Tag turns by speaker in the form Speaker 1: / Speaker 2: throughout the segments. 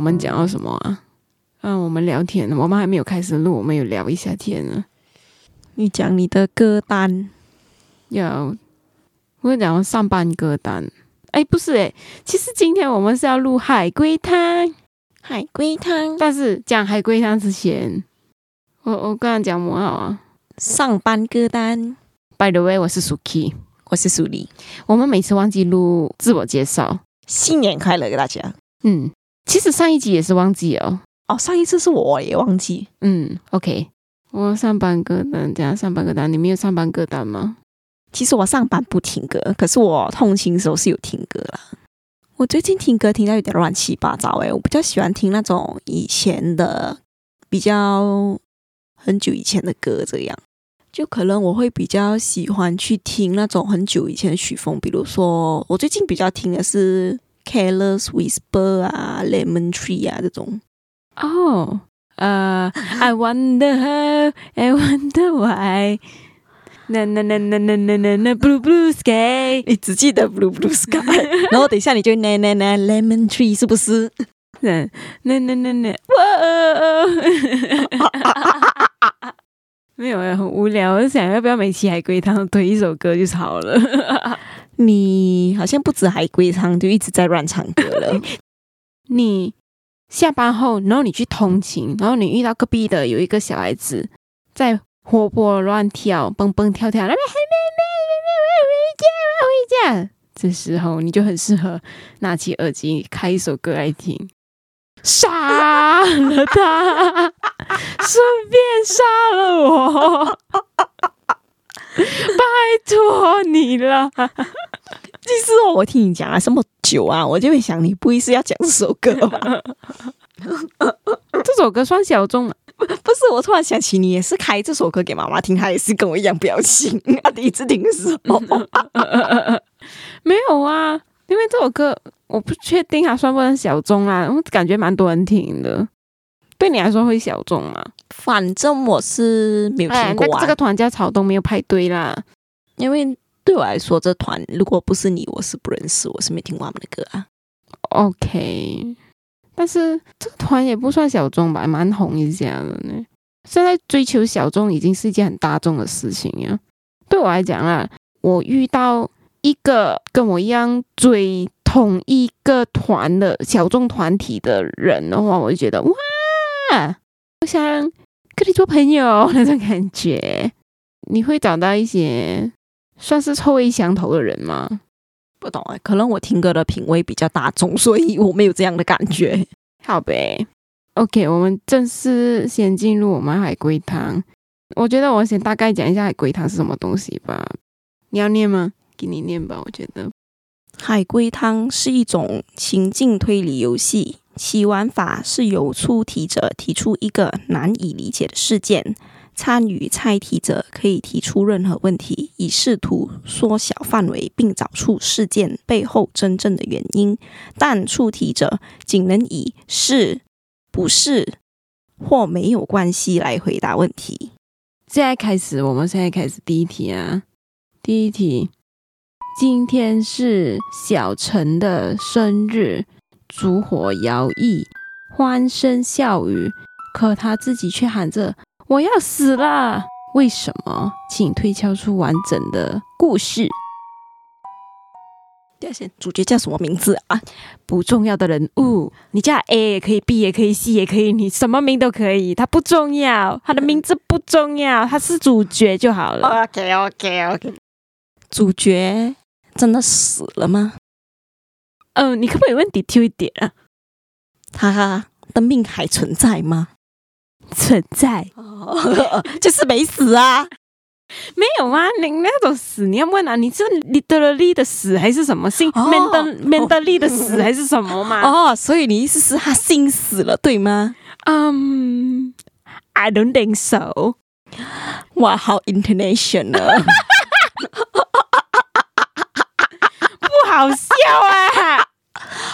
Speaker 1: 们讲到什么啊？啊，我们聊天，我们还没有开始录，我们有聊一下天呢。
Speaker 2: 你讲你的歌单，
Speaker 1: 有，我跟你讲上班歌单。哎，不是哎，其实今天我们是要录海龟汤，
Speaker 2: 海龟汤，
Speaker 1: 但是讲海龟汤之前，我我刚才讲什么啊
Speaker 2: 上班歌单，
Speaker 1: ？By the way，我是 Suki，
Speaker 2: 我是苏黎，
Speaker 1: 我们每次忘记录自我介绍。
Speaker 2: 新年快乐给大家。
Speaker 1: 嗯，其实上一集也是忘记哦。
Speaker 2: 哦，上一次是我也忘记，
Speaker 1: 嗯，OK，我上班歌单，讲上班歌单，你没有上班歌单吗？
Speaker 2: 其实我上班不听歌，可是我通勤的时候是有听歌啦。我最近听歌听到有点乱七八糟哎诶、我比较喜欢听那种以前的，比较很久以前的歌这样。就可能我会比较喜欢去听那种很久以前的曲风，比如说我最近比较听的是 Careless Whisper 啊、Lemon Tree 啊这种。
Speaker 1: 哦，呃，I uh, wonder how，I wonder why。那那那那那那那那 blue blue sky，
Speaker 2: 你只记得 Blue Blue Sky，然 后等一下你就那那那 Lemon Tree 是不是？
Speaker 1: 那那那那那，哇！ 没有哎，很无聊。我就想要不要每期海龟汤推一首歌就好了。
Speaker 2: 你好像不止海龟汤，就一直在乱唱歌 了。
Speaker 1: 你下班后，然后你去通勤，然后你遇到隔壁的有一个小孩子在活泼乱跳，蹦蹦跳跳，那边妹妹妹妹，我要回家，我要回家。这时候你就很适合拿起耳机开一首歌来听，杀了他，顺便杀了我，拜托你了。
Speaker 2: 其实哦我听你讲了这么久啊，我就会想，你不会是要讲这首歌吧？
Speaker 1: 这首歌算小众吗？
Speaker 2: 不是，我突然想起，你也是开这首歌给妈妈听，她也是跟我一样不要听。她第一次听的时候，
Speaker 1: 没有啊，因为这首歌我不确定它算不算小众啦、我感觉蛮多人听的。对你来说会小众吗？
Speaker 2: 反正我是没有
Speaker 1: 哎
Speaker 2: 听过
Speaker 1: 那
Speaker 2: 啊。
Speaker 1: 这个团叫草东没有派对啦。
Speaker 2: 因为对我来说，这团如果不是你，我是不认识，我是没听过他们的歌啊。
Speaker 1: OK，但是这个团也不算小众吧，蛮红一下的呢。现在追求小众已经是一件很大众的事情呀。对我来讲啊，我遇到一个跟我一样追同一个团的小众团体的人的话，我就觉得哇，我想跟你做朋友那种感觉。你会找到一些算是臭味相投的人吗？
Speaker 2: 不懂啊，可能我听歌的品味比较大众，所以我没有这样的感觉。
Speaker 1: 好呗，OK，我们正式先进入我们海龟汤。我觉得我先大概讲一下海龟汤是什么东西吧。你要念吗？给你念吧，我觉得。
Speaker 2: 海龟汤是一种情境推理游戏，其玩法是由出题者提出一个难以理解的事件，参与猜题者可以提出任何问题，以试图缩小范围并找出事件背后真正的原因。但出题者仅能以是、不是或没有关系来回答问题。
Speaker 1: 现在开始，我们现在开始第一题啊。第一题，今天是小陈的生日，烛火摇曳，欢声笑语，可他自己却喊着“我要死了”，为什么？请推敲出完整的故事。
Speaker 2: 第二些主角叫什么名字啊？
Speaker 1: 不重要的人物，你叫他 A 也可以，B 也可以，C 也可以，你什么名都可以，他不重要，他的名字不重要，他是主角就好了。
Speaker 2: OK OK OK。主角真的死了吗？
Speaker 1: 嗯、你可不可以问 detail 一点啊？
Speaker 2: 他的命还存在吗？
Speaker 1: 存在哦
Speaker 2: 就是没死啊！
Speaker 1: 没有啊？你那种死，你要问啊，你是 literally 的死还是什么？性
Speaker 2: 哦
Speaker 1: mental mentally 的死还是什么 嘛？
Speaker 2: 哦，所以你意思是他心死了，对吗？
Speaker 1: 嗯、i don't think so。
Speaker 2: 哇，好 international！
Speaker 1: 不好笑啊！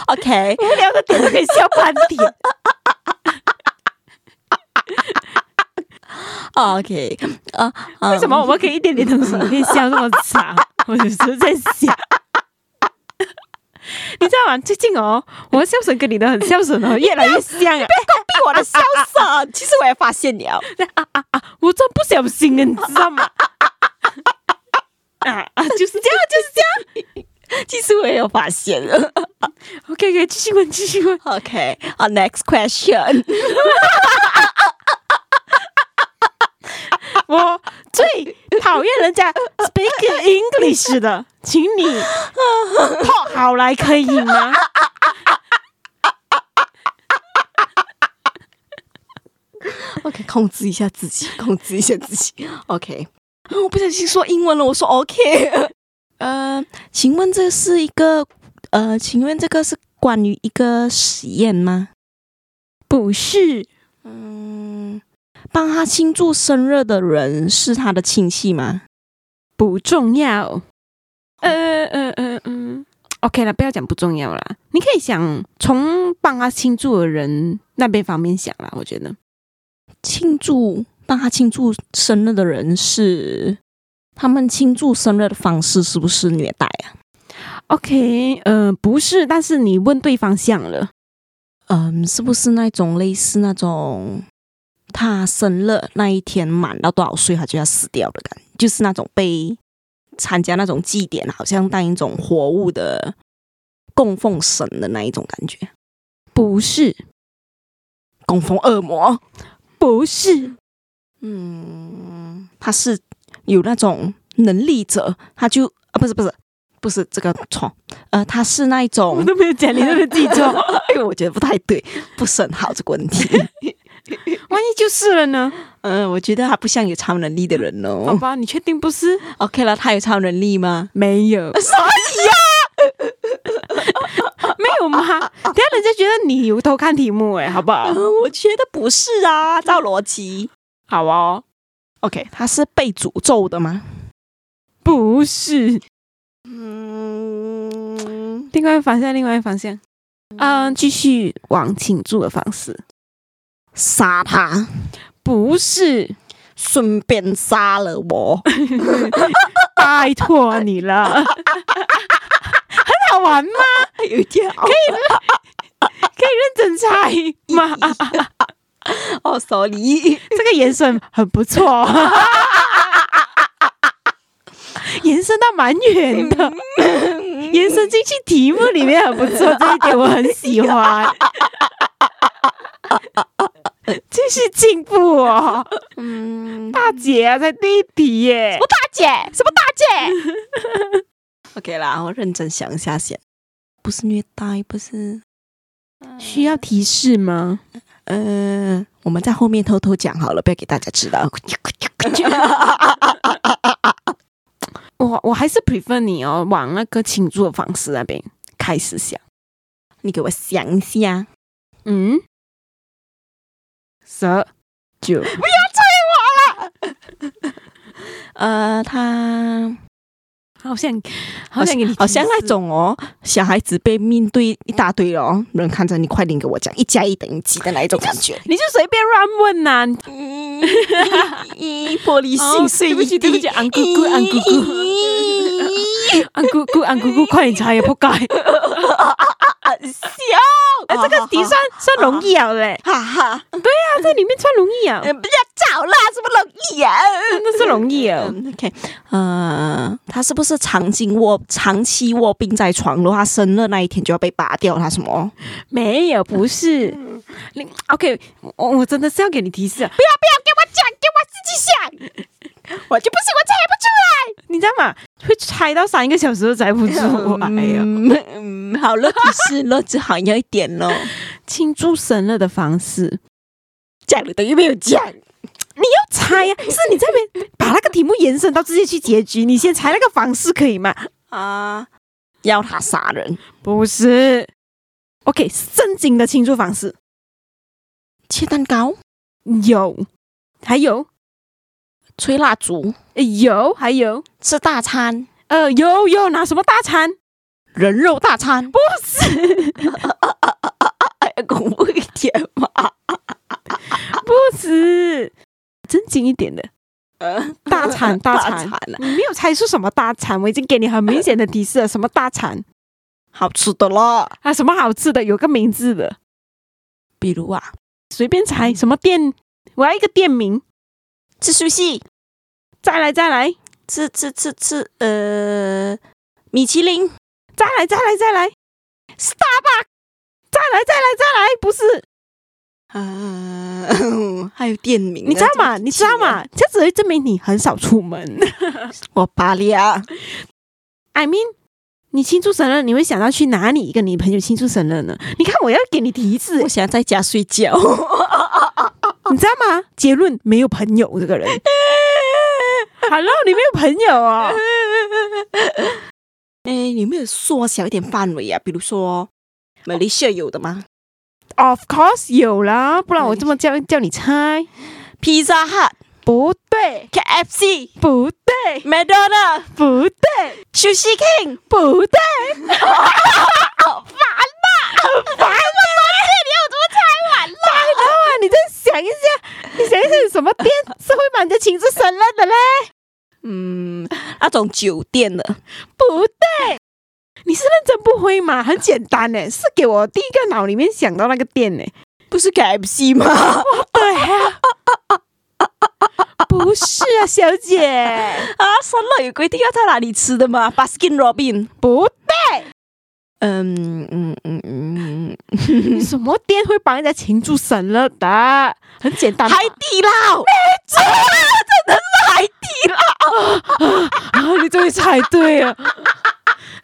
Speaker 2: OK，
Speaker 1: 无聊的点都可以笑半天。
Speaker 2: OK，啊、啊
Speaker 1: 为什么我们可以一点点东 西可以笑那么长？我有时候在想，你知道嘛，最近哦，我的笑声跟你的很笑声哦，越来越像啊！
Speaker 2: 逼哎我的笑声，其实我也发现了，
Speaker 1: 啊我真不小心啊，你知道吗？ 啊啊，就是这样，就是这样。
Speaker 2: 其实我也有发现 了。
Speaker 1: OK OK，继续问，继续问。
Speaker 2: OK，好，next question，
Speaker 1: 我最讨厌人家 speak English 的，请你破好来可以吗？
Speaker 2: OK，控制一下自己， 控制一下自己。OK，啊我不小心说英文了，我说 OK。呃，请问这是一个呃，请问这个是关于一个实验吗？
Speaker 1: 不是，
Speaker 2: 嗯，帮他庆祝生日的人是他的亲戚吗？
Speaker 1: 不重要。呃呃呃嗯，OK 了，不要讲不重要啦。你可以想从帮他庆祝的人那边方面想啦，我觉得
Speaker 2: 庆祝帮他庆祝生日的人是他们庆祝生日的方式是不是虐待啊？
Speaker 1: OK，呃，不是，但是你问对方向了，
Speaker 2: 嗯，是不是那种类似那种他生日那一天满到多少岁他就要死掉的感觉，就是那种被参加那种祭典，好像当一种活物的供奉神的那一种感觉，
Speaker 1: 不是，
Speaker 2: 供奉恶魔。
Speaker 1: 不是，
Speaker 2: 嗯，他是有那种能力者，他就啊，不是不是不是这个错，呃，他是那一种
Speaker 1: 我，都没有讲，你都没有记 住，
Speaker 2: 因为我觉得不太对，不是很好这个问题。
Speaker 1: 万一就是了呢？
Speaker 2: 嗯，我觉得他不像有超能力的人
Speaker 1: 好
Speaker 2: 哦。
Speaker 1: 吧，你确定不是？呃
Speaker 2: OK 了，他有超能力吗？
Speaker 1: 没有，
Speaker 2: 所以呀、
Speaker 1: 没有 吗？等下人家觉得你有偷看题目哎，好不好？
Speaker 2: 嗯 我觉得不是啊，照逻辑。
Speaker 1: 好哦，
Speaker 2: OK，他是被诅咒的吗？
Speaker 1: 不是，
Speaker 2: 嗯，
Speaker 1: 另外一方向，另外一方向，嗯，继续往请住的方式，
Speaker 2: 杀他，
Speaker 1: 不是，
Speaker 2: 顺便杀了我。
Speaker 1: 拜托你了，很好玩吗？
Speaker 2: 有一点可以
Speaker 1: 可以认真猜吗？
Speaker 2: 哦，sorry，
Speaker 1: 这个延伸很不错， 延伸到蛮远的，延伸进去题目里面很不错，这一点我很喜欢。 继续进步哦，
Speaker 2: 嗯，
Speaker 1: 大姐啊，才第一题耶！
Speaker 2: 大姐，什么大姐 ？OK 啦，我认真想一下先。不是虐待，不是，
Speaker 1: 需要提示吗？
Speaker 2: 呃，我们在后面偷偷讲好了，不要给大家知道。
Speaker 1: 我我还是 prefer 你哦，往那个庆祝的方式那边开始想。
Speaker 2: 你给我想一下，
Speaker 1: 嗯，十九
Speaker 2: 呃，他
Speaker 1: 好像好像给你
Speaker 2: 好像
Speaker 1: 提
Speaker 2: 那
Speaker 1: 示
Speaker 2: 种哦，小孩子被面对一大堆哦，人看着你，快点给我讲一加一等于几的那一种感觉。
Speaker 1: 你就随便乱问啊呐、你
Speaker 2: 嗯，玻璃
Speaker 1: 哦
Speaker 2: 心碎
Speaker 1: 对不起，
Speaker 2: 一
Speaker 1: 对不
Speaker 2: 地
Speaker 1: 起，。安姑姑，安姑姑，安姑姑，安姑姑，快点猜呀， 仆街！
Speaker 2: 笑，
Speaker 1: 哎，这个题算算容易了嘞，
Speaker 2: 哈哈，
Speaker 1: 它在里面算容易啊，
Speaker 2: 嗯，不要找啦，什么容易呀
Speaker 1: 真的是容易啊。
Speaker 2: 嗯？OK，呃，他是不是长期卧长期卧病在床，然后他生日那一天就要被拔掉？他什么？
Speaker 1: 没有，不是。你 OK，我我真的是要给你提示啊，
Speaker 2: 给我讲，给我自己想，我就不信，我猜不出来。
Speaker 1: 你知道吗？会猜到三个小时都猜 不出来呀。
Speaker 2: 嗯，好了，提示了，只好要一点咯。
Speaker 1: 庆祝生日的方式，
Speaker 2: 讲了等于没有讲。
Speaker 1: 猜 呀、是你这边把那个题目延伸到直接去结局，你先猜那个方式可以吗？
Speaker 2: 啊，要他杀人，
Speaker 1: 不是。OK，正经的庆祝方式
Speaker 2: 切蛋糕，
Speaker 1: 有，还有
Speaker 2: 吹蜡烛，
Speaker 1: 呃有，还有
Speaker 2: 吃大餐，
Speaker 1: 呃有有拿什么大餐？
Speaker 2: 人肉大 餐，不
Speaker 1: 是
Speaker 2: 哎，恐怖一点 嘛。
Speaker 1: 不是，正经一点的
Speaker 2: 呃，
Speaker 1: 大餐大餐。
Speaker 2: 大餐啊
Speaker 1: 你没有猜出什么大餐，我已经给你很明显的提示了，什么大餐？
Speaker 2: 好吃的啦，
Speaker 1: 啊，什么好吃的，有个名字的，
Speaker 2: 比如啊，
Speaker 1: 随便猜什么店，我要一个店名。
Speaker 2: 吃寿司，
Speaker 1: 再来，再来，
Speaker 2: 吃吃吃吃，呃，米其林，
Speaker 1: 再来，再来，再来，Starbucks，再来，再来，再来，不是，
Speaker 2: 啊， 还有店名啊，
Speaker 1: 你知道吗？
Speaker 2: 这么
Speaker 1: 你知道
Speaker 2: 气
Speaker 1: 吗？这只会证明你很少出门。
Speaker 2: 人？我巴黎啊，
Speaker 1: I mean，你庆祝生日，你会想到去哪里跟你朋友庆祝生日呢？你看，我要给你提示
Speaker 2: 我，想在家睡 觉。
Speaker 1: 你知道吗？结论没有朋友这个 人。Hello，你没有朋友啊、哦？
Speaker 2: 哎，有没有缩小一点范围啊？比如说，马来西亚有的吗
Speaker 1: Of course 有啦，不然我这么叫叫你猜，
Speaker 2: ？Pizza Hut、
Speaker 1: 不对，
Speaker 2: KFC、
Speaker 1: 不对，
Speaker 2: McDonald、
Speaker 1: 不对，
Speaker 2: Sushi King，
Speaker 1: 不对，
Speaker 2: 好烦呐！烦
Speaker 1: 大佬啊，你再想一下，你想一下有什么店是会满着庆祝生日的嘞？
Speaker 2: 嗯，那种酒店的，
Speaker 1: 不对，你是认真不会吗？很简单呢，是给我第一个脑里面想到那个店欸呢。
Speaker 2: 不是 KFC 吗？
Speaker 1: 对啊，不是啊，小姐，
Speaker 2: 啊，生日有规定要在哪里吃的吗？Baskin Robin。
Speaker 1: 不啊
Speaker 2: 嗯嗯嗯嗯
Speaker 1: 对，什么店会帮人家庆祝生日的？很简
Speaker 2: 嗯，
Speaker 1: 单嘛，
Speaker 2: 海底捞，没错，真的是海底捞。
Speaker 1: 啊，你终于猜对了，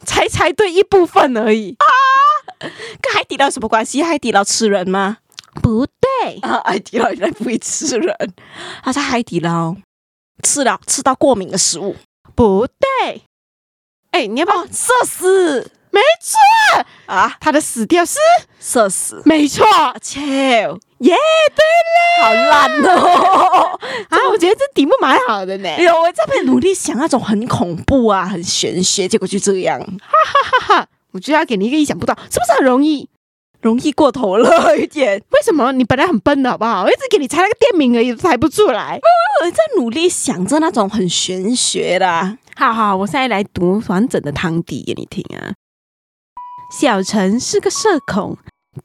Speaker 1: 才猜对一部分而已。
Speaker 2: 跟海底捞有什么关系？海底捞吃人吗？
Speaker 1: 不对，
Speaker 2: 啊，海底捞原来不会吃人，他在海底捞吃了吃到过敏的食物
Speaker 1: 不对。哎，你要不要？
Speaker 2: 哦，社死
Speaker 1: 没错，
Speaker 2: 啊，
Speaker 1: 他的死掉是
Speaker 2: 社死。
Speaker 1: 没错。
Speaker 2: 切，哦
Speaker 1: 耶、
Speaker 2: 好烂哦！
Speaker 1: 对了啊，我觉得这题目蛮好的呢。
Speaker 2: 哎呦，我这边努力想那种很恐怖啊、很玄学，结果就这样，
Speaker 1: 哈哈，我就要给你一个意想不到，是不是很容易？
Speaker 2: 容易过头了，有 点。
Speaker 1: 为什么你本来很笨的好不好？我一直给你猜那个店名而已，都猜不出来。
Speaker 2: 我在努力想着那种很玄学的啊，
Speaker 1: 好好，我现在来读完整的汤底给你听啊。小陈是个社恐，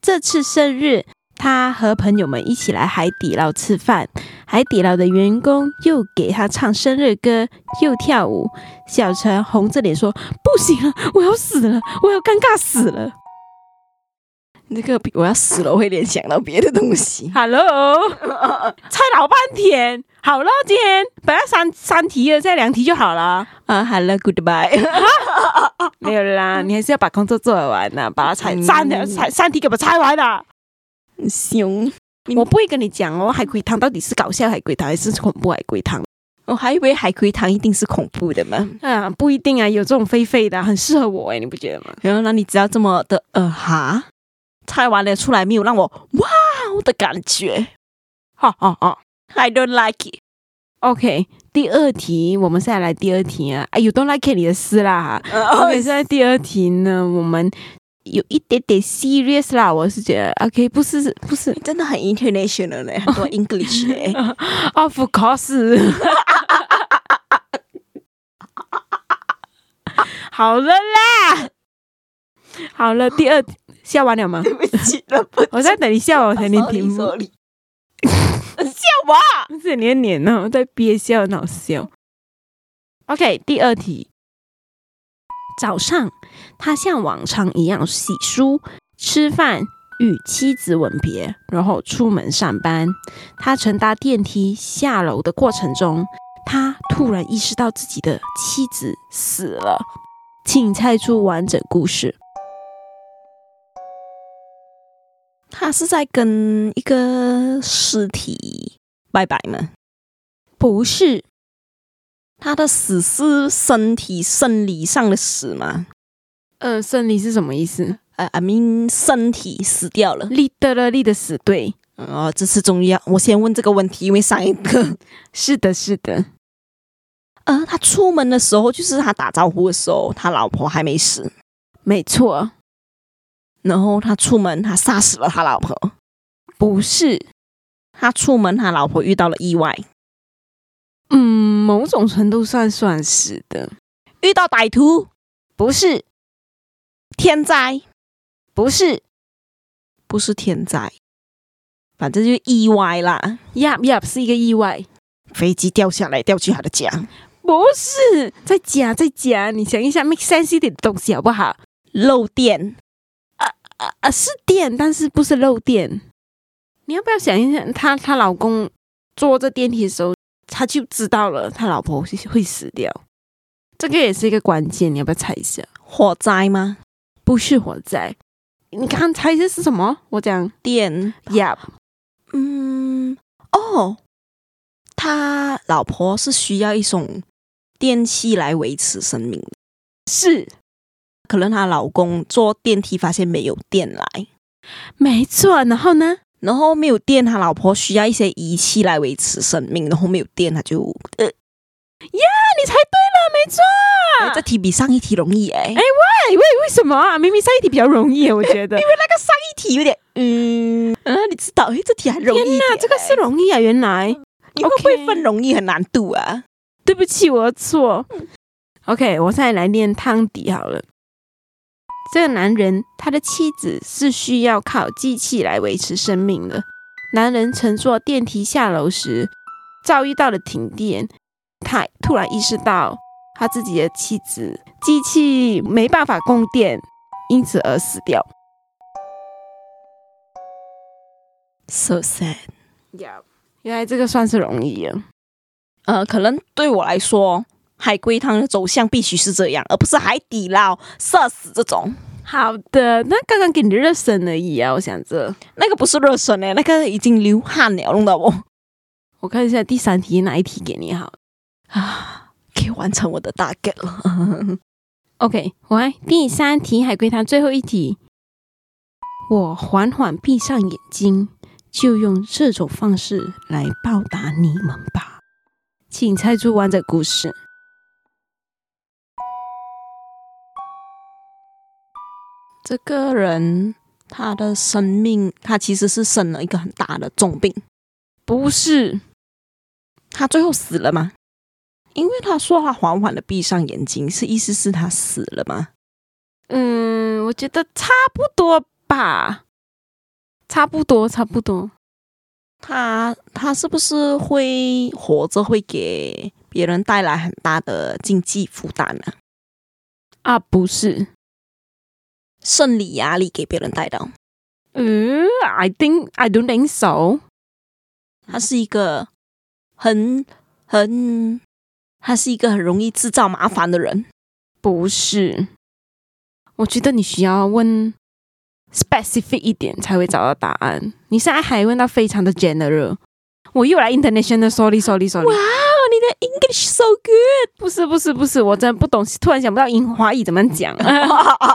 Speaker 1: 这次生日，他和朋友们一起来海底捞吃饭。海底捞的员工又给他唱生日歌，又跳舞。小陈红着脸说：“不行了，我要死了，我要尴尬死了。。
Speaker 2: 那个比我要死了，我会联想到别的东西
Speaker 1: ”Hello，猜老半天。好了，今天本来三三题了，现在两题就好了。
Speaker 2: 啊，Hello，Goodbye。
Speaker 1: 没有啦，你还是要把工作做完呐、把它拆
Speaker 2: 嗯
Speaker 1: 三条拆三题给我拆完啦。
Speaker 2: 熊，嗯
Speaker 1: 我不会跟你讲哦，海龟汤到底是搞笑海龟汤还是恐怖海龟汤？
Speaker 2: 我哦还以为海龟汤一定是恐怖的嘛，
Speaker 1: 啊，不一定啊，有这种狒狒的啊很适合我哎，你不觉得 吗？
Speaker 2: 然后那你只要这么的呃哈，猜完了出来没有让我哇哦的感觉
Speaker 1: 好好好
Speaker 2: ，I don't like it。
Speaker 1: ，OK。第二题，我们现在来第二题啊！哎呦，都来看你的事啦。
Speaker 2: 哦
Speaker 1: OK，现在第二题呢，我们有一点点 serious 啦，我是觉得 OK，不是不是
Speaker 2: 你真的很 international 嘞，很多 English 嘞。
Speaker 1: ，of course。好了啦，好了，第二题笑完了吗？
Speaker 2: 对不起了，不
Speaker 1: 我在等你笑，我才能
Speaker 2: 听
Speaker 1: 听。
Speaker 2: 说你 笑我。
Speaker 1: 不是你的脸哦，在憋笑，很好笑。OK，第二题。早上，他像往常一样洗漱、吃饭，与妻子吻别，然后出门上班。他乘搭电梯下楼的过程中，他突然意识到自己的妻子死了。请猜出完整故事。
Speaker 2: 他是在跟一个尸体拜拜吗？
Speaker 1: 不是，
Speaker 2: 他的死是身体生理上的死吗？
Speaker 1: 呃，胜利是什么意思？
Speaker 2: 呃，I mean 身体死掉了。
Speaker 1: 利得了利的死，对，
Speaker 2: 哦，这次终于要我先问这个问题，因为上一个，
Speaker 1: 是的，是的。
Speaker 2: 呃，他出门的时候，就是他打招呼的时候，他老婆还没死，
Speaker 1: 没错，
Speaker 2: 然后他出门，他杀死了他老婆。
Speaker 1: 不是，
Speaker 2: 他出门，他老婆遇到了意外，
Speaker 1: 嗯，某种程度上算是的，
Speaker 2: 遇到歹徒，
Speaker 1: 不是，
Speaker 2: 天灾，不是，不是天灾，反正就是意外啦，
Speaker 1: Yup Yup 是一个意外，
Speaker 2: 飞机掉下来，掉去他的家，
Speaker 1: 不是在家在家，你想一下 make sense 一点的东西好不好？
Speaker 2: 漏电，
Speaker 1: 啊啊，是电，但是不是漏电。你要不要想一想，她她老公坐着电梯的时候，他就知道了他老婆会会死掉，这个也是一个关键，你要不要猜一下？
Speaker 2: 火灾吗？
Speaker 1: 不是火灾，你刚猜一下是什么？我讲
Speaker 2: 电，
Speaker 1: 呀，
Speaker 2: 嗯，哦，他老婆是需要一种电器来维持生命的，
Speaker 1: 是
Speaker 2: 可能她老公坐电梯发现没有电来。
Speaker 1: 没错。然后呢？
Speaker 2: 然后没有电，他老婆需要一些仪器来维持生命，然后没有电，他就呃，
Speaker 1: 你猜对了，没错。
Speaker 2: 哎这题比上一题容易哎、
Speaker 1: 哎喂喂，为什么啊？明明上一题比较容易，我 觉得。
Speaker 2: 因为那个上一题有点嗯啊，你知道，哎，这题还容易一
Speaker 1: 天
Speaker 2: 点、
Speaker 1: 哪，这个是容易啊！原来，
Speaker 2: 你会不会
Speaker 1: OK
Speaker 2: 分容易和难度啊？
Speaker 1: 对不起，我的错。OK，我现在来念汤底好了。这个男人，他的妻子是需要靠机器来维持生命的。男人乘坐电梯下楼时，遭遇到了停电，他突然意识到他自己的妻子机器没办法供电，因此而死掉。
Speaker 2: So sad。
Speaker 1: 原来这个算是容易啊。
Speaker 2: 呃，可能对我来说，海龟汤的走向必须是这样，而不是海底捞社死这种。
Speaker 1: 好的，那刚刚给你热身而已啊，我想着。
Speaker 2: 那个不是热身哎，那个已经流汗了，弄到我
Speaker 1: 我看一下第三题哪一题给你好。
Speaker 2: 啊，可以完成我的大 get 了。
Speaker 1: OK，我来第三题海龟汤最后一题。我缓缓闭上眼睛，就用这种方式来报答你们吧。请猜出完整故事。
Speaker 2: 这个人他的生命，他其实是生了一个很大的重病，
Speaker 1: 不是，
Speaker 2: 他最后死了吗？因为他说他缓缓的闭上眼睛，是意思是他死了吗？
Speaker 1: 嗯，我觉得差不多吧，差不多，差不多。
Speaker 2: 他他是不是会活着会给别人带来很大的经济负担啊？
Speaker 1: 啊，不是，
Speaker 2: 生理压力给别人带到，
Speaker 1: 嗯，I think I don't think so。
Speaker 2: 他是一个很很，他是一个很容易制造麻烦的 人。
Speaker 1: 不是，我觉得你需要问 specific 一点才会找到答案。你现在还问到非常的 general，我又来 international，sorry sorry
Speaker 2: 哇
Speaker 1: sorry，
Speaker 2: 你的 English so good！
Speaker 1: 不是不是不是，我真的不懂，突然想不到英华语怎么讲 啊，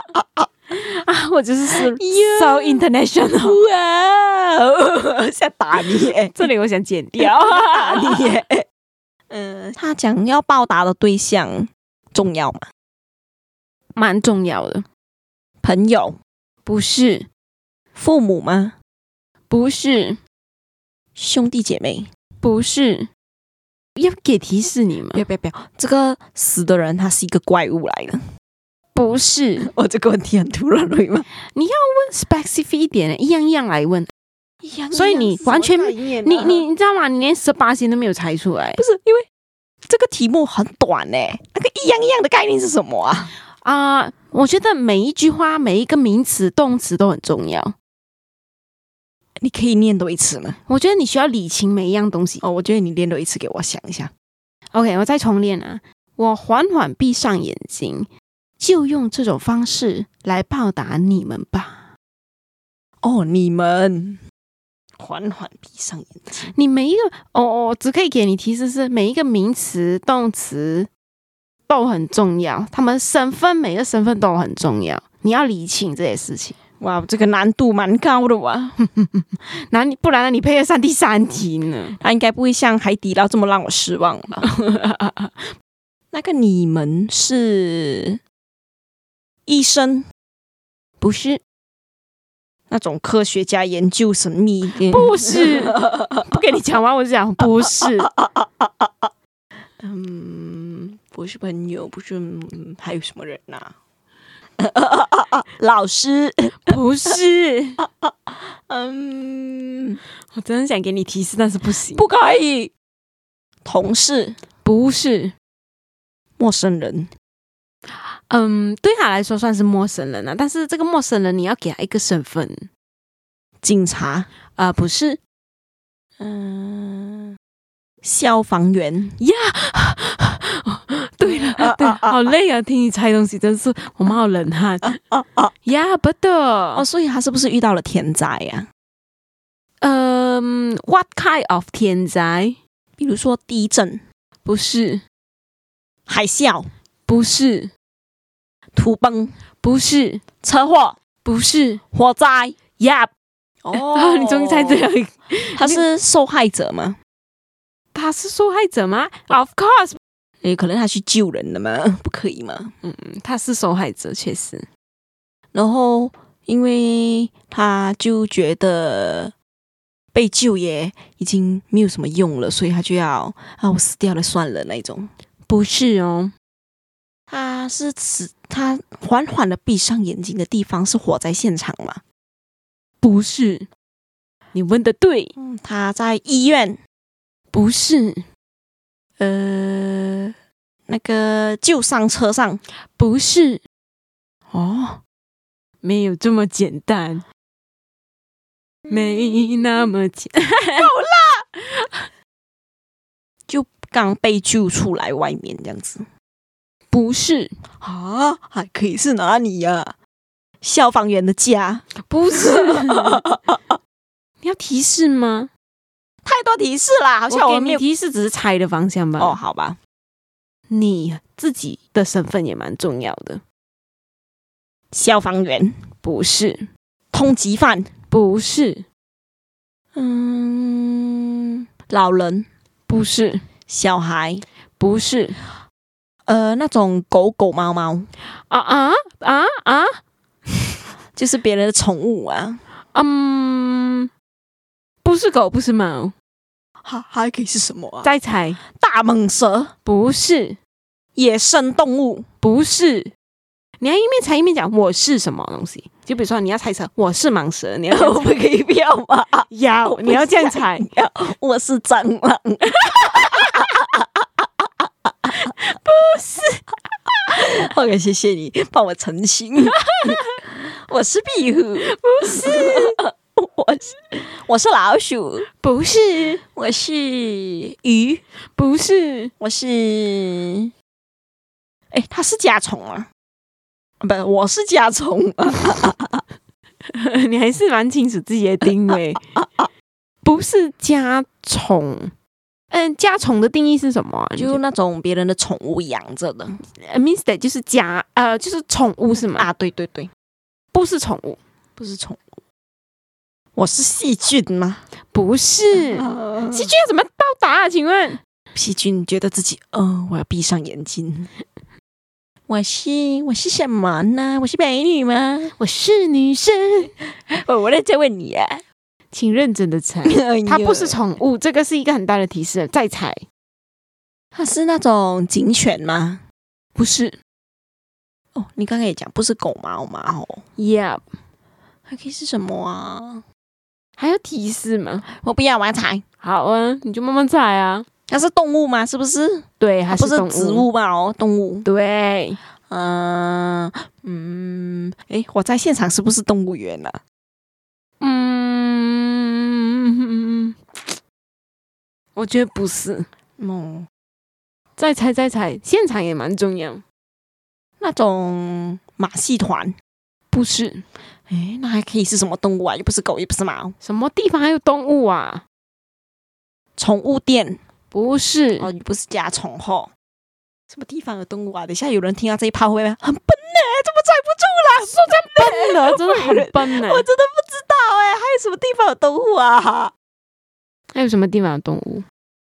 Speaker 1: 我就是是 so international。！
Speaker 2: 哇 哦，想打你耶
Speaker 1: 这里我想剪掉
Speaker 2: 要打你耶！嗯，他讲要报答的对象重要吗？
Speaker 1: 蛮重要的，
Speaker 2: 朋友、
Speaker 1: 不是
Speaker 2: 父母吗？
Speaker 1: 不是
Speaker 2: 兄弟姐妹？
Speaker 1: 不是，要给提示你吗
Speaker 2: 不？要不要不要！这个死的人他是一个怪物来的。
Speaker 1: 不是，
Speaker 2: 我、这个问题很突然，对吗？
Speaker 1: 问 specific 一点，一样一样来问。
Speaker 2: 所以你完全你
Speaker 1: 你你
Speaker 2: 你
Speaker 1: 你知道吗？你连十八星都没有猜出来
Speaker 2: 不是因为这个题目很短呢、那个一样一样的概念是什么啊？
Speaker 1: 啊、我觉得每一句话、每一个名词、动词都很重要。
Speaker 2: 你可以念多一次吗？
Speaker 1: 我觉得你需要理清每一样东西。
Speaker 2: 哦，我觉得你念多一次给我想一下。
Speaker 1: OK，我再重练啊。我缓缓闭上眼睛，就用这种方式来报答你们吧。
Speaker 2: 哦，你们缓缓闭上眼睛，
Speaker 1: 你每一个哦哦，只可以给你提示是每一个名词、动词都很重要，他们身份每个身份都很重要，你要理清这些事情。
Speaker 2: 哇，这个难度蛮高的哇！
Speaker 1: 那你不然呢？你配得上第三题呢？
Speaker 2: 他应该不会像海底捞这么让我失望吧？ 那个你们是医生
Speaker 1: 不是，
Speaker 2: 那种科学家研究神秘的？
Speaker 1: 不是，不给你讲完我就讲不是，
Speaker 2: 嗯，不是朋友，不是、嗯还有什么人呐、 老师，
Speaker 1: 不是，
Speaker 2: 嗯，
Speaker 1: 我真的想给你提示，但是不行，
Speaker 2: 不可以。同事，
Speaker 1: 不是，
Speaker 2: 陌生人，
Speaker 1: 嗯，对他来说算是陌生人了、啊但是这个陌生人你要给他一个身份，
Speaker 2: 警察，
Speaker 1: 啊、不是
Speaker 2: 嗯、消防员，
Speaker 1: 呀。 对了，
Speaker 2: 啊
Speaker 1: 对
Speaker 2: 啊啊
Speaker 1: 好累啊！听你猜东西真是，我们好冷汗
Speaker 2: 哦哦
Speaker 1: 呀，不
Speaker 2: 哦，
Speaker 1: 的，
Speaker 2: 所以他是不是遇到了天灾啊呀、
Speaker 1: 嗯，what kind of 天灾？
Speaker 2: 比如说地震、
Speaker 1: 不是，
Speaker 2: 海啸、
Speaker 1: 不是，
Speaker 2: 土崩、
Speaker 1: 不是，
Speaker 2: 车祸、
Speaker 1: 不是
Speaker 2: 火灾。
Speaker 1: 呀！
Speaker 2: 哦
Speaker 1: 啊你终于猜对了，
Speaker 2: 他是受害者吗？
Speaker 1: 他是受害者吗？Of course，
Speaker 2: 也可能他去救人的嘛，不可以吗？
Speaker 1: 嗯，他是受害者，确实。
Speaker 2: 然后因为他就觉得被救也已经没有什么用了，所以他就要啊，我死掉了算了那一种。
Speaker 1: 不是哦，
Speaker 2: 他是死，他缓缓的闭上眼睛的地方是火灾现场嘛？
Speaker 1: 不是。你问的对，
Speaker 2: 嗯，他在医院，
Speaker 1: 不是，
Speaker 2: 呃，那个救伤车上。
Speaker 1: 不是，
Speaker 2: 哦，
Speaker 1: 没有这么简单，没那么简。
Speaker 2: 刚被救出来外面这样子
Speaker 1: 不是，
Speaker 2: 啊，还可以是哪里呀、消防员的家。
Speaker 1: 不是。 你要提示吗？
Speaker 2: 太多提示啦，好像
Speaker 1: 我给
Speaker 2: 我没
Speaker 1: 你
Speaker 2: 有。
Speaker 1: 提示只是猜的方向吧。
Speaker 2: 哦，，好吧，
Speaker 1: 你自己的身份也蛮重要的。
Speaker 2: 消防员、
Speaker 1: 不是，
Speaker 2: 通缉犯，
Speaker 1: 不是，
Speaker 2: 嗯，老人、
Speaker 1: 不是，
Speaker 2: 小孩，
Speaker 1: 不是。
Speaker 2: 呃，那种狗狗、猫猫，
Speaker 1: 啊啊啊啊！
Speaker 2: 就是别人的宠物啊。
Speaker 1: 嗯，不是狗，不是猫。
Speaker 2: 还还可以是什么啊？
Speaker 1: 再猜，
Speaker 2: 大蟒蛇、
Speaker 1: 不是，
Speaker 2: 野生动物，
Speaker 1: 不是。你要一面猜一面讲我是什么东西，就比如说你要猜成我是蟒蛇，你要这样
Speaker 2: 我不可以标吗？
Speaker 1: 哦要你要这样猜，
Speaker 2: 我是蟑螂。不是，OK，谢谢你帮我澄清。 我是壁虎，不是， 我是我是老鼠，
Speaker 1: 不是，
Speaker 2: 我是鱼，
Speaker 1: 不是，
Speaker 2: 我是，哎，它是甲虫啊，不，我是甲虫啊，
Speaker 1: 你还是蛮清楚自己的定位， 不是家宠。嗯，家宠的定义是什么、啊？
Speaker 2: 就那种别人的宠物养着的
Speaker 1: m i s t e 就是家，呃，就是宠物是吗？
Speaker 2: 啊，对对对，
Speaker 1: 不是宠物，
Speaker 2: 不是宠物，我是细菌吗？
Speaker 1: 不是。
Speaker 2: 嗯
Speaker 1: 细菌要怎么到达、啊？请问
Speaker 2: 细菌觉得自己，嗯、我要闭上眼睛。 我是我是什么呢？我是美女 吗？
Speaker 1: 我是女 生，
Speaker 2: 我我在在问你啊，
Speaker 1: 请认真的猜。它不是宠物，这个是一个很大的提示。再猜，
Speaker 2: 它是那种警犬吗？
Speaker 1: 不是
Speaker 2: 哦，你刚刚也讲不是狗猫嘛？哦，
Speaker 1: ，Yeah，
Speaker 2: 还可以是什么啊？
Speaker 1: 还要提示吗？
Speaker 2: 我不要，我要猜，
Speaker 1: 好啊，你就慢慢猜啊。
Speaker 2: 它是动物吗？是不是？
Speaker 1: 对，还
Speaker 2: 它不
Speaker 1: 动
Speaker 2: 是植物吧？哦，动物。
Speaker 1: 对，
Speaker 2: 嗯、嗯，诶，我在现场是不是动物园啊？
Speaker 1: 嗯，我觉得不是。
Speaker 2: 嗯，
Speaker 1: 再猜再猜，现场也蛮重要。
Speaker 2: 那种马戏团。
Speaker 1: 不是
Speaker 2: 诶，哎那还可以是什么动物啊？又不是狗，又不是猫。
Speaker 1: 什么地方还有动物啊？
Speaker 2: 宠物店
Speaker 1: 不是，
Speaker 2: 哦，不是家宠吼。什么地方有动物啊？等一下有人听到这一趴会不会很笨呢、怎么猜不住啦？说这
Speaker 1: 笨了，真的很笨呢、
Speaker 2: 我真的不知道哎、还有什么地方有动物啊？
Speaker 1: 还有什么地方有动物？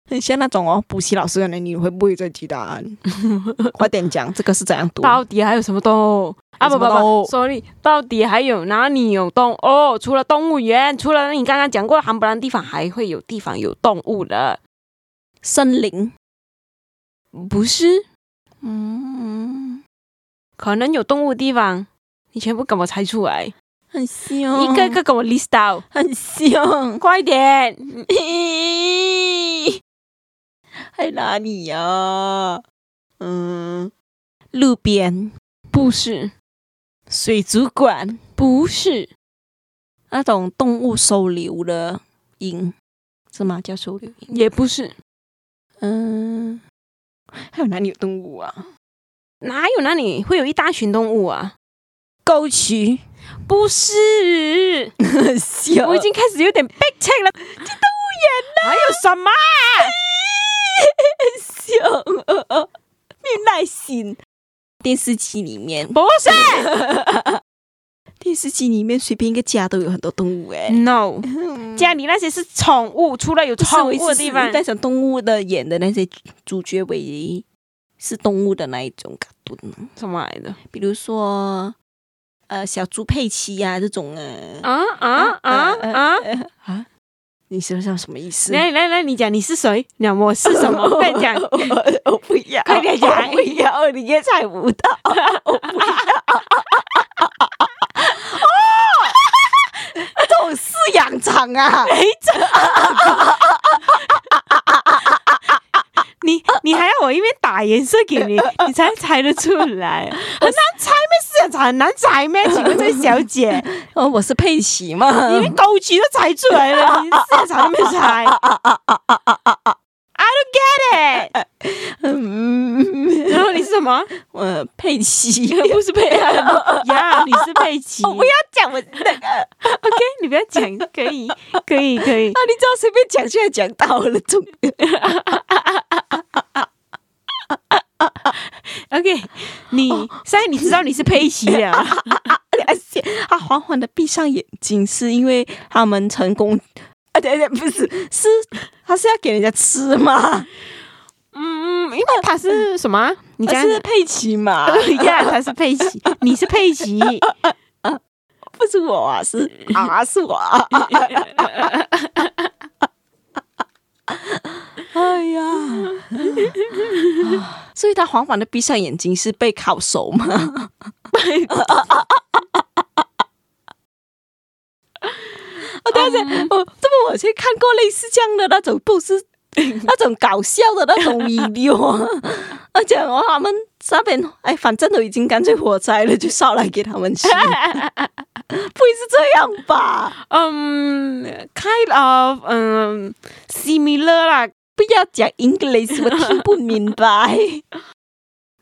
Speaker 2: 很像那种哦，补习老师的你会不会再提答 案？快点讲，这个是怎样读？
Speaker 1: 到底还有什么动物？啊
Speaker 2: 有什
Speaker 1: 不
Speaker 2: 么
Speaker 1: 不
Speaker 2: 动
Speaker 1: 不
Speaker 2: 物
Speaker 1: ，sorry，到底还有哪里有动物？哦，除了动物园，除了你刚刚讲过的韩不兰地方，还会有地方有动物的？
Speaker 2: 森林，
Speaker 1: 不是，
Speaker 2: 嗯，
Speaker 1: 嗯可能有动物的地方
Speaker 2: 你全部给我猜出来，
Speaker 1: 很凶，
Speaker 2: 一个一个给我 list out，
Speaker 1: 很凶。
Speaker 2: 快点！
Speaker 1: 在哪里呀、嗯，
Speaker 2: 路边
Speaker 1: 不是，
Speaker 2: 水族馆
Speaker 1: 不是，
Speaker 2: 那种动物收留的营，是吗？叫收留营？
Speaker 1: 也不是，
Speaker 2: 嗯，还有哪里有动物啊？
Speaker 1: 哪有哪里会有一大群动物啊？
Speaker 2: 沟渠，
Speaker 1: 不是，
Speaker 2: 笑
Speaker 1: 我已经开始有点
Speaker 2: 呃
Speaker 1: 被气了。这动物园呢？还有什么？
Speaker 2: 笑， 没有耐心。电视机里面，
Speaker 1: 不是
Speaker 2: 电视机里面随便一个家都有很多动物哎、
Speaker 1: ，no，家嗯里那些是宠物，除了有
Speaker 2: 不是
Speaker 1: 宠
Speaker 2: 我
Speaker 1: 物的
Speaker 2: 意思
Speaker 1: 地
Speaker 2: 是
Speaker 1: 方，
Speaker 2: 在想动物的演的那些主角为是动物的那一种卡通，
Speaker 1: 什么来的？
Speaker 2: 比如说呃小猪佩奇呀、这种啊
Speaker 1: 啊啊啊啊！
Speaker 2: 啊啊！你想想什么意思？，
Speaker 1: 来来来，你讲你是谁？你讲我是什么？快讲
Speaker 2: 我我不要，
Speaker 1: 快点讲
Speaker 2: 我不要，你也猜不到， 我不要。哦， 这种饲养场啊，
Speaker 1: 你你还要我一边打颜色给 你，你才猜得出来，很难猜咩？市场场很难猜咩？请问这位小姐，
Speaker 2: 哦，我是佩奇嘛，
Speaker 1: 你连枸杞都猜出来了，你市场都没猜。I don't get it。
Speaker 2: 嗯，
Speaker 1: 然后你是什 么？
Speaker 2: 我佩奇， 哦
Speaker 1: 不是佩奇呀，你是佩奇。
Speaker 2: 我不要讲 我那个，啊，
Speaker 1: OK，你不要讲，可以，可以，可以。
Speaker 2: 你知道随便讲，现在讲到了，中
Speaker 1: OK，你现在你知道你是佩奇啊了。
Speaker 2: 而且他缓缓的闭上眼睛，是因为他们成功。啊，对对，不是，是他是要给人家吃嘛？
Speaker 1: 嗯，因为他是什么啊？你
Speaker 2: 你
Speaker 1: 刚
Speaker 2: 是佩 奇嘛？
Speaker 1: 你看他是佩奇，你是佩 奇。
Speaker 2: 不是我啊，是啊，是我啊！哎呀，所以他缓缓的闭上眼睛是被烤熟吗？哦我等一下，我啊哦这么我去看过类似这样的那种不是那种搞笑的那种 video 啊，而且我他们那边哎，反正都已经干脆火灾了，就烧来给他们吃。不会是这样吧？
Speaker 1: 嗯，kind of，嗯，similar 啦
Speaker 2: 不要讲 English，我听不明白。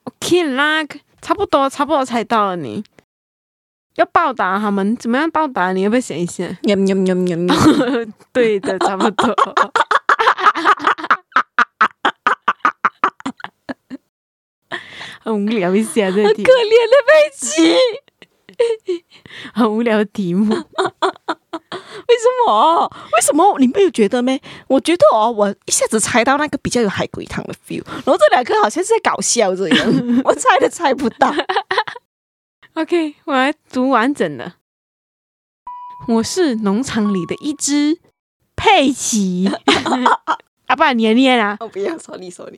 Speaker 1: ，OK 啦，差不多，差不多猜到了你。要报答他们，怎么样报答？你要不要想一 想？
Speaker 2: 喵喵喵喵喵！
Speaker 1: 对的，差不 多。很无聊一下这
Speaker 2: 可
Speaker 1: 个
Speaker 2: 怜
Speaker 1: 题，
Speaker 2: 的佩奇，为
Speaker 1: 很无聊的题目。
Speaker 2: 什么？为什么你没有觉得咩？我觉得哦，我一下子猜到那个比较有海龟汤的 feel，然后这两个好像是在搞笑这样， 我猜都猜不 到。
Speaker 1: OK，我来读完整的。我是农场里的一只佩奇。 啊，半年念啊！
Speaker 2: 哦我不要说你说你，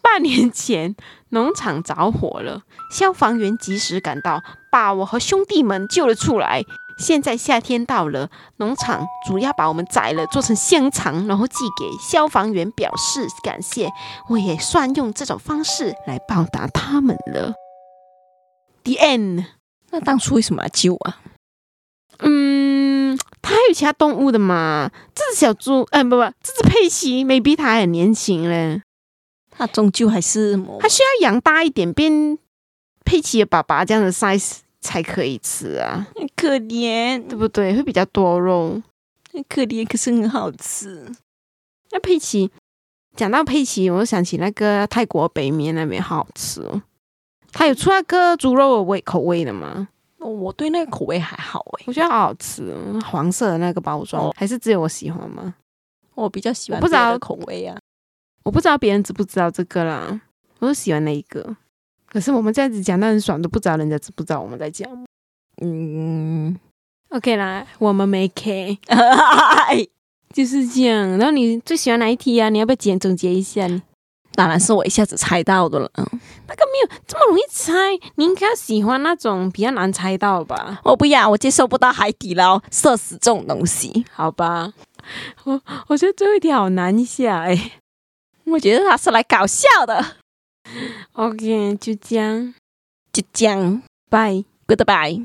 Speaker 1: 半年前，农场着火了，消防员及时赶到，把我和兄弟们救了出来。现在夏天到了，农场主要把我们宰了，做成香肠，然后寄给消防员表示感谢。我也算用这种方式来报答他们了。The end。
Speaker 2: 那当初为什么要救啊？
Speaker 1: 嗯，它还有其他动物的嘛？这只小猪，嗯，不不，这只佩奇，maybe 它还很年轻嘞，
Speaker 2: 他终究还是
Speaker 1: 它需要养大一点，变佩奇的爸爸这样的 size 才可以吃啊，
Speaker 2: 很可怜
Speaker 1: 对不对？会比较多肉。
Speaker 2: 很可怜，可是很好吃。
Speaker 1: 那佩奇，讲到佩奇，我就想起那个泰国北面那边好好吃哦，它有出那个猪肉的味口味的嘛，
Speaker 2: 哦我对那个口味还好哎，
Speaker 1: 我觉得好好吃哦，黄色的那个包装，
Speaker 2: 哦
Speaker 1: 还是只有我喜欢吗？
Speaker 2: 我比较喜欢
Speaker 1: 我不知道
Speaker 2: 别的口味啊。
Speaker 1: 我不知道别人知不知道这个啦，我就喜欢那一个。可是我们这样子讲到很爽，都不知道人家知不知道我们在讲。
Speaker 2: 嗯，
Speaker 1: OK 啦，我们没 K，
Speaker 2: 哎
Speaker 1: 就是这样。然后你最喜欢哪一题啊？你要不要简总结一下？
Speaker 2: 当然是我一下子猜到的了。
Speaker 1: 那个没有这么容易猜，你应该喜欢那种比较难猜到吧？
Speaker 2: 我不要，我接受不到海底捞社死这种东西。
Speaker 1: 好吧，我我觉得最后一题好难下哎、
Speaker 2: 我觉得他是来搞笑的。
Speaker 1: OK，就这样，
Speaker 2: 就这样
Speaker 1: 拜。
Speaker 2: ，goodbye。